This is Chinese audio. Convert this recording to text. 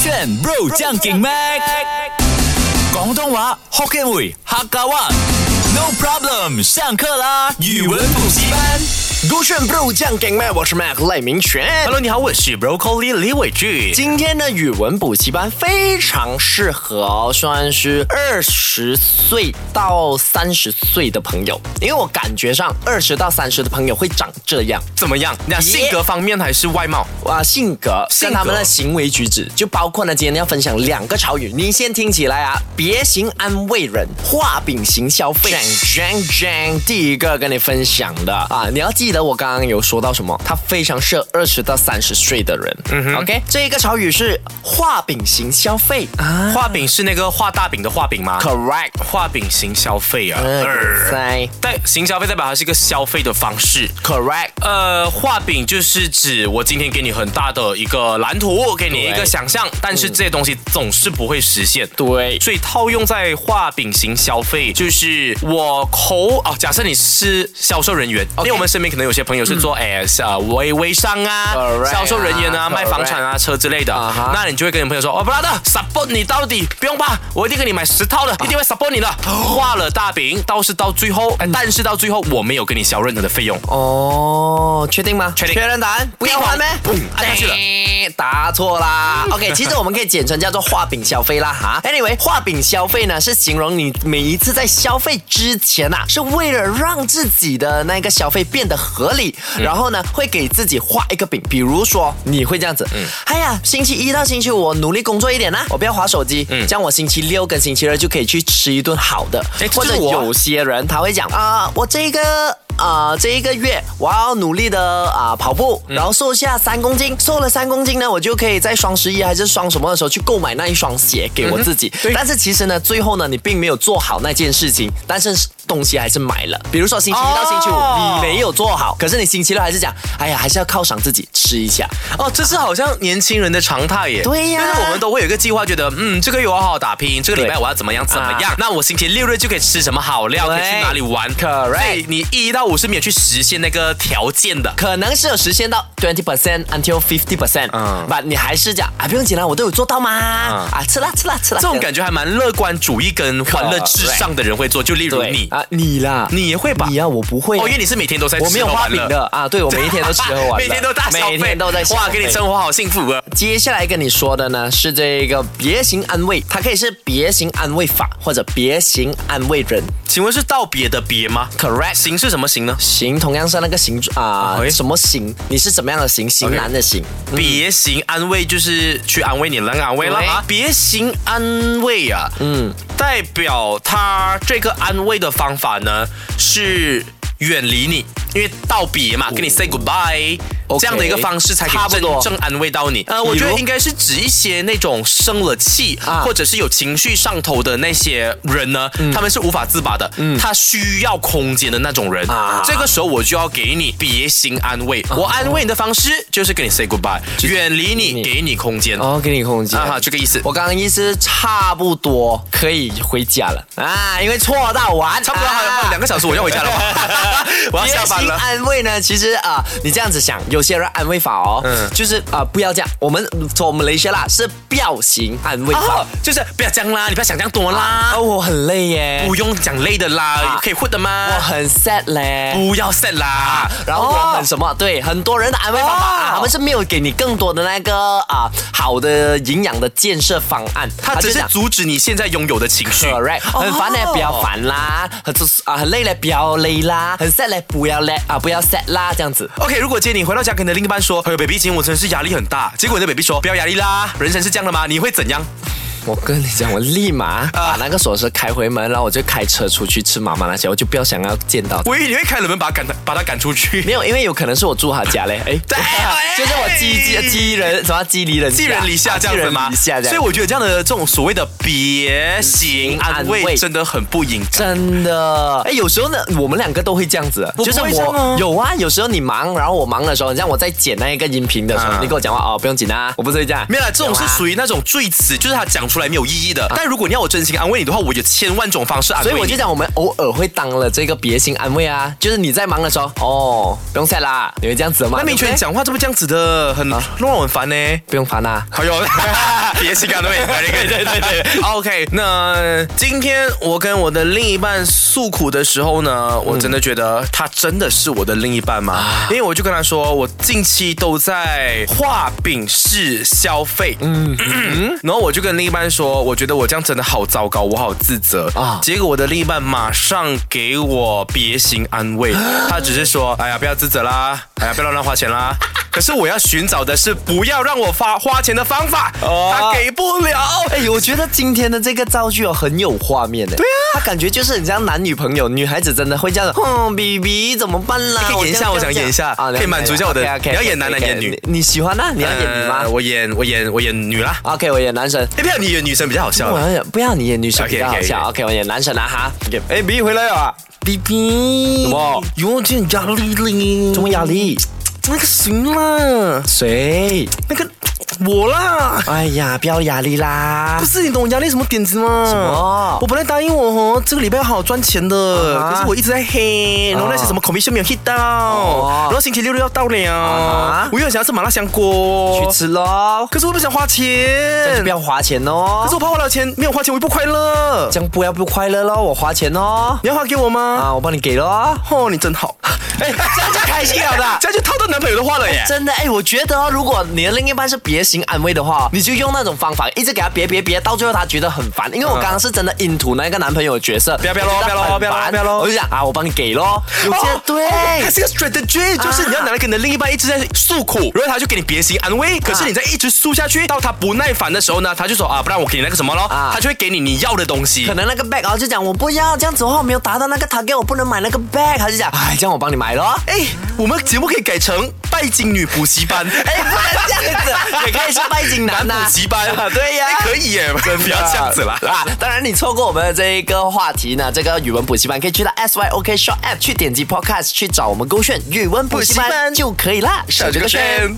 选 bro 将劲 mac，广东话 Hokkien 语客家话。No problem，上课啦！语文补习班。勾选 Bro 酱给麦，我是 Mac 赖明全。 Hello，你好，我是 Broccoli 李伟俊。今天的语文补习班非常适合哦，算是二十岁到三十岁的朋友，因为我感觉上二十到三十的朋友会长这样怎么样？那性格方面还是外貌？哇，性格跟性格他们的行为举止，就包括呢，今天要分享两个潮语，你先听起来啊，别行安慰人，画饼行消费。Zhang Zhang 第一个跟你分享的啊，你要记得我刚刚有说到什么，它非常适合二十到三十岁的人。嗯哼，OK，这一个潮语是画饼行消费啊画饼是那个画大饼的画饼吗？ ，correct，画饼型消费啊，嗯呃，在代型消费代表它是一个消费的方式。 correct。呃，画饼就是指我今天给你很大的一个蓝图，给你一对嗯个想象，但是这些东西总是不会实现。对，所以套用在画饼型消费，就是我口哦，假设你是销售人员 OK 嗯因为我们身边可能有些朋友是做哎啊微微商啊 Correct 销售人员啊啊卖房产啊车之类的啊哈那你就会跟你朋友说哦，brother support 你到底，不用怕，我一定给你买十套 Uh 的，一定会 support 你的。Oh 画了大饼，倒是到最后，但是到最后我没有跟你销任何的费用。哦，确定吗？确定认答案，不要闭玩环呗。嗯按下去了叮答错啦。OK，其实我们可以简称叫做画饼消费啦哈。Anyway，画饼消费呢是形容你每一次在消费之前啊，是为了让自己的那个消费变得合理，然后呢会给自己画一个饼，比如说你会这样子，哎呀，星期一到星期五我努力工作一点啦，啊我不要划手机，这样我星期六跟星期日就可以去吃一顿好的诶，或者这是我啊有有些人他会讲啊、我这一个。啊、这一个月我要努力的啊、跑步，然后瘦下三公斤，瘦了三公斤呢，我就可以在双十一还是双什么的时候去购买那一双鞋给我自己。但是其实呢，最后呢，你并没有做好那件事情，但是东西还是买了。比如说星期一到星期五、哦你没有做好，可是你星期六还是讲，哎呀，还是要犒赏自己吃一下。哦，这是好像年轻人的常态耶。对呀就是我们都会有一个计划，觉得嗯，这个月我要好好打拼，这个礼拜对我要怎么样怎么样啊，那我星期六日就可以吃什么好料，可以去对哪里玩。 Correct 所以你一到五是没有去实现那个条件的。可能是有实现到 twenty percent until fifty percent，嗯嗯， but 你还是讲啊，不用紧啦，我都有做到嘛，啊，吃啦吃啦吃啦，这种感觉还蛮乐观主义跟欢乐至上的人会做，就例如对你，啊，你啦，你也会吧？你呀、啊我不会、哦，因为你是每天都在吃我没有喝画玩乐饼的啊，对 我每一天都吃喝玩乐，每天都大消每费，天都在消费哇，跟你生活好幸福啊！接下来跟你说的呢是这个别行安慰，它可以是别行安慰法或者别行安慰人。请问是道别的别吗？Correct，行是什么行呢？行同样是那个行啊、喂什么行？你是怎么样的行？型 OK 男的行。别行安慰就是去安慰你，能安慰了对啊！别行安慰啊，嗯，代表他这个安慰的方法呢是远离你，因为道别嘛，跟你 say goodbye。 OK 这样的一个方式才可差以不真多正安慰到你。呃，我比觉如得应该是指一些那种生了气、啊或者是有情绪上头的那些人呢，他们是无法自拔的，他需要空间的那种人。啊这个时候我就要给你别心安慰，我安慰你的方式就是跟你 say goodbye，远离你，给你空间。啊哦，给你空间哈，这个意思。我刚刚意思差不多可以回家了啊，因为错到完，啊差不多还有还有两个小时我要回 家了，我要下班贴心了。安慰呢，其实啊、你这样子想，有些人安慰法哦，嗯就是啊、不要这样。我们从我们雷些啦是表情安慰法哦，就是不要这样啦，你不要想这样多啦啊，，我很累耶，不用讲累的啦，可以混的吗我？很 sad 嘞。不要 sad 啦，然后哦我很什么？对，很多人的安慰方法，啊哦他们是没有给你更多的那个啊好的营养的建设方案，他只就是讲阻止你现在拥有的情绪。啊 Correct，很啊烦嘞，不要烦啦；很啊很累嘞，不要累啦；很 sad 嘞，不要累啊，不要 sad 啦，这样子。 OK，如果今天你回到家跟你的另一半说：“哎呦，baby，今天我真的是压力很大。”结果你的 baby 说：“不要压力啦，人生是这样的吗？”你会怎样？我跟你讲，我立马把那个锁匙开回门，然后我就开车出去吃妈妈那些，我就不要想要见到。我以为你会开了门把他赶把他赶出去没。有，因为有可能是我住他家嘞，哎，哎就是我激激激人，什么激离人家，寄人篱下啊这样子吗？寄人篱下这样。所以我觉得这样的这种所谓的别行安安慰慰真的很不应该。真的，哎，有时候呢，我们两个都会这样子，我不会这样啊有啊，有时候你忙，然后我忙的时候，你像我在剪那一个音频的时候，啊你跟我讲话哦，不用紧啊，我不是会这样，没有啦，这种是有啊属于那种最词，就是他讲出来没有意义的。但如果你要我真心安慰你的话，我有千万种方式安慰啊所你。以我就讲，我们偶尔会当了这个别心安慰啊，就是你在忙的时候，哦，不用晒啦，你会这样子的吗？那明对权不对啊讲话怎么这样子的，很让我很烦呢。 不用烦啦、哎呦，别心肝胃，对对对对。OK，那今天我跟我的另一半诉苦的时候呢，我真的觉得他真的是我的另一半吗？因为我就跟他说，我近期都在画饼式消费，嗯，然后我就跟另一半说，我觉得我这样真的好糟糕，我好自责啊啊。结果我的另一半马上给我别行安 慰，他只是说，哎呀，不要自责啦，哎呀，不要乱花钱 啦。可是我要寻找的是不要让我花花钱的方法，哦他给不了。哎，我觉得今天的这个造句哦很有画面的。对啊，他感觉就是很像男女朋友，女孩子真的会这样的，嗯，baby 怎么办啦？可以演一下我想演一啊下可以满足一下我的你要演男男演女？你你喜欢啊？你要演女吗呃我演我演我演女啦。 ？OK，我演哦男神。哎，不要你演女生比较好笑我啦。要演，不要你演女神 OK，OK，比较好笑。OK，我演男神啊哈。哎，B 回来啊了，BB，么有点压力嘞。什么哎压力？那个行啦，谁？那个我啦。哎呀，不要压力啦不。是你懂我压力什么点子吗？什么我本来答应我哦，这个礼拜要好好赚钱的啊哈啊可是我一直在黑，然后那些什么 commission 没有 hit 到然后星期六又要到了哦哈我又想要吃麻辣香锅去，吃喽，可是我不想花但钱是不，要花钱哦可是。我怕花了钱没有花钱，我又不快乐。这样不要不快乐喽，我花钱哦。你要花给我吗？啊，我帮你给喽。哦，你真好， 哎，这样就开心了的。 这样就套到男朋友的话了耶。真的哎，我觉得、哦、如果你的另一半是别行安慰的话，你就用那种方法，一直给他别别别，到最后他觉得很烦。因为我刚刚是真的 into 那个男朋友的角色，不要不要咯我觉得很烦不要咯不要咯我就想啊，我帮你给咯。有些、哦对。它是个 strategy，就是你要拿来跟你的另一半一直在诉苦，然后他就给你别行安慰。可是你在一直诉下去，到他不耐烦的时候呢，他就说啊，不然我给你那个什么咯，啊他就会给你你要的东西可。能那个 bag 哦，就讲我不要这样子的话，我没有达到那个 target，我不能买那个 bag，他就讲，哎，这样我帮你买咯。哎，我们节目可以改成拜金女补习班，哎， 不能这样 子，也可以是拜金男呐、啊男补习班，对呀 哎可以耶，不要这样子啦。啊！当然，你错过我们的这一个话题呢，这个语文补习班可以去到 S Y O K Shop App 去点击 Podcast 去找我们勾选语文补习补习班班就可以啦。这个圈。